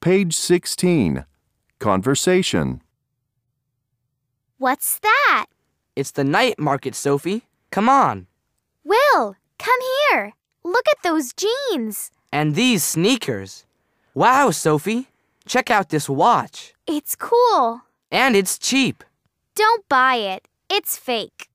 Page 16. Conversation. What's that? It's the night market, Sophie. Come on. Will, come here. Look at those jeans. And these sneakers. Wow, Sophie. Check out this watch. It's cool. And it's cheap. Don't buy it. It's fake.